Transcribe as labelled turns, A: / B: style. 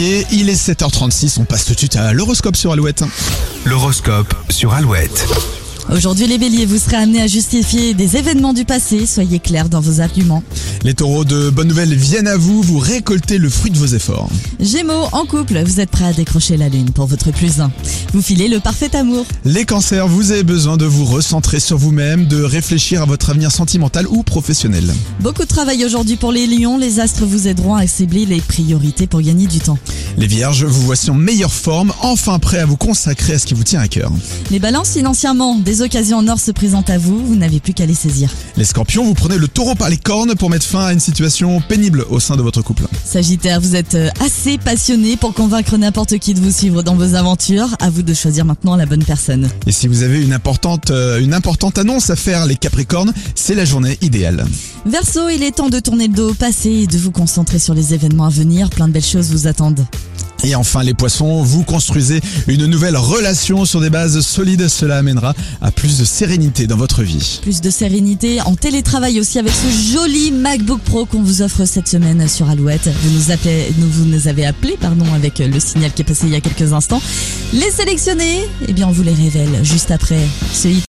A: Et il est 7h36, on passe tout de suite à l'horoscope sur Alouette.
B: L'horoscope sur Alouette.
C: Aujourd'hui les béliers, vous serez amenés à justifier des événements du passé, soyez clairs dans vos arguments.
A: Les taureaux de bonnes nouvelles viennent à vous, vous récoltez le fruit de vos efforts.
C: Gémeaux, en couple, vous êtes prêts à décrocher la lune pour votre plus un. Vous filez le parfait amour.
A: Les cancers, vous avez besoin de vous recentrer sur vous-même, de réfléchir à votre avenir sentimental ou professionnel.
C: Beaucoup de travail aujourd'hui pour les lions, les astres vous aideront à cibler les priorités pour gagner du temps.
A: Les vierges, vous voici en meilleure forme, enfin prêt à vous consacrer à ce qui vous tient à cœur.
C: Les balances financièrement, des occasions en or se présentent à vous, vous n'avez plus qu'à les saisir.
A: Les scorpions, vous prenez le taureau par les cornes pour mettre fin à une situation pénible au sein de votre couple.
C: Sagittaire, vous êtes euh, assez passionné pour convaincre n'importe qui de vous suivre dans vos aventures, à vous de choisir maintenant la bonne personne.
A: Et si vous avez une importante, euh, une importante annonce à faire, les capricornes, c'est la journée idéale.
C: Verseau, il est temps de tourner le dos au passé et de vous concentrer sur les événements à venir, plein de belles choses vous attendent.
A: Et enfin les poissons, vous construisez une nouvelle relation sur des bases solides, cela amènera à plus de sérénité dans votre vie.
C: Plus de sérénité en télétravail aussi avec ce joli MacBook Pro qu'on vous offre cette semaine sur Alouette. Vous nous, appelez, nous- vous nous avez appelé pardon, avec le signal qui est passé il y a quelques instants. Les sélectionnés, eh bien on vous les révèle juste après ce hit.